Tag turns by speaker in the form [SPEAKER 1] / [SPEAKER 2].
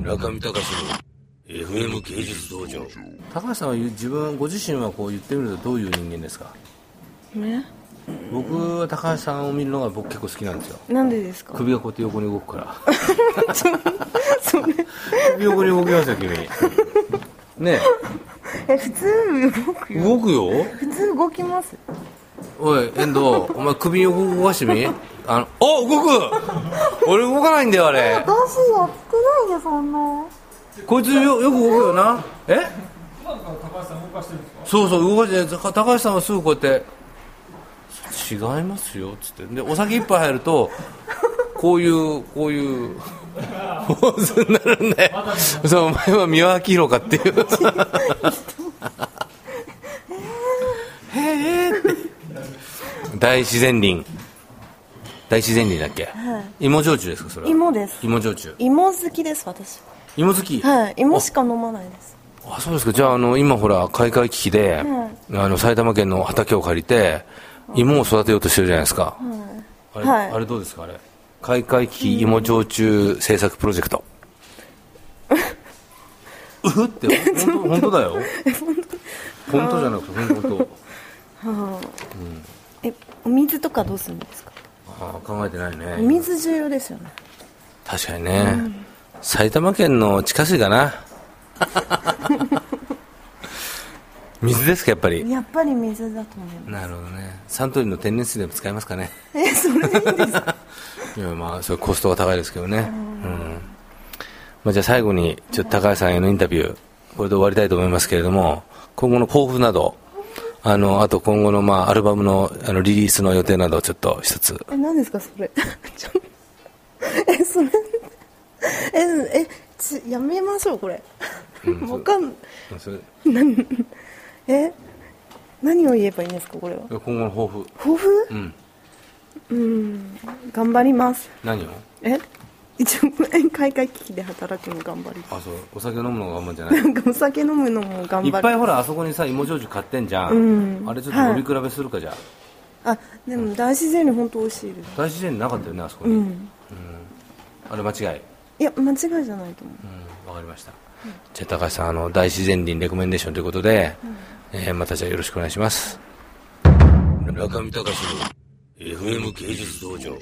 [SPEAKER 1] 中見隆の FM 芸術道場
[SPEAKER 2] 高橋さんは自分ご自身はこう言ってみるとどういう人間ですか
[SPEAKER 3] ね
[SPEAKER 2] 僕は高橋さんを見るのが僕結構好きなんですよ
[SPEAKER 3] なんでですか
[SPEAKER 2] 首がこうやって横に動くから
[SPEAKER 3] それ
[SPEAKER 2] 首横に動きますよ君ね
[SPEAKER 3] え普通動く
[SPEAKER 2] え
[SPEAKER 3] よ
[SPEAKER 2] 動くよ
[SPEAKER 3] 普通動きます
[SPEAKER 2] おい遠藤お前首横動かしてみあのあ動く俺動かないんだよあれ
[SPEAKER 3] 私やってないでそんな
[SPEAKER 2] こいつよよく動くよなえそうそう動かしてるんですか高橋さんはすぐこうやって「違いますよ」っつってでお酒一杯入るとこういうこういうポーズになるんだよそうお前は三輪明宏かっていうへえって大自然林大自然林だっけ、芋焼酎ですかそれは
[SPEAKER 3] 芋です
[SPEAKER 2] 芋焼酎
[SPEAKER 3] 芋好きです私
[SPEAKER 2] 芋好き
[SPEAKER 3] はい芋しか飲まないです
[SPEAKER 2] あそうですかじゃああの今ほら開会危機で、あの埼玉県の畑を借りて芋を育てようとしてるじゃないですか、あれ
[SPEAKER 3] はい
[SPEAKER 2] あれどうですかあれ開会危機芋焼酎制作プロジェクト、 うふって本当 本当だよ本当じゃなくて本当本
[SPEAKER 3] えお水とかどうするんですか
[SPEAKER 2] 当ああ考えてない
[SPEAKER 3] お
[SPEAKER 2] ね
[SPEAKER 3] 水重要ですよね
[SPEAKER 2] 確かにね、埼玉県の地下水か な水ですかやっぱり
[SPEAKER 3] やっぱり水だと思いま
[SPEAKER 2] なるほどねサントリーの天然水でも使えますかね
[SPEAKER 3] すえそれでいいんですか
[SPEAKER 2] いやまあそれコストが高いですけどね、うんまあ、じゃあ最後にちょっと高橋さんへのインタビューこれで終わりたいと思いますけれども今後の抱負などあのあと今後のまあアルバムのあのリリースの予定などをちょっと一つ
[SPEAKER 3] え何ですかそれ ちょえそれええちやめましょうこれわかん
[SPEAKER 2] それ
[SPEAKER 3] え何を言えばいいんですかこれは
[SPEAKER 2] 今後の抱負
[SPEAKER 3] 抱負
[SPEAKER 2] うん
[SPEAKER 3] 頑張ります
[SPEAKER 2] 何を
[SPEAKER 3] え一応開会危機で働くの頑張りま
[SPEAKER 2] あそうお酒飲むのが我慢じゃない
[SPEAKER 3] すなんかお酒飲むのも頑
[SPEAKER 2] いっ
[SPEAKER 3] 張
[SPEAKER 2] ぱい
[SPEAKER 3] る
[SPEAKER 2] ほらあそこにさ芋焼酎買ってんじゃん、
[SPEAKER 3] うん
[SPEAKER 2] あれちょっと飲み比べするかじゃあ
[SPEAKER 3] あでも大自然に本当美味しいです
[SPEAKER 2] 大自然なかったよねあそこ
[SPEAKER 3] う
[SPEAKER 2] に、
[SPEAKER 3] ん
[SPEAKER 2] あれ間違い
[SPEAKER 3] いや間違いじゃないと
[SPEAKER 2] う
[SPEAKER 3] 思う
[SPEAKER 2] んわかりました。じゃあ高橋さんあの大自然林レコメンデーションということで、えーまたじゃあよろしくお願いします。
[SPEAKER 1] 中見隆の FM 芸術道場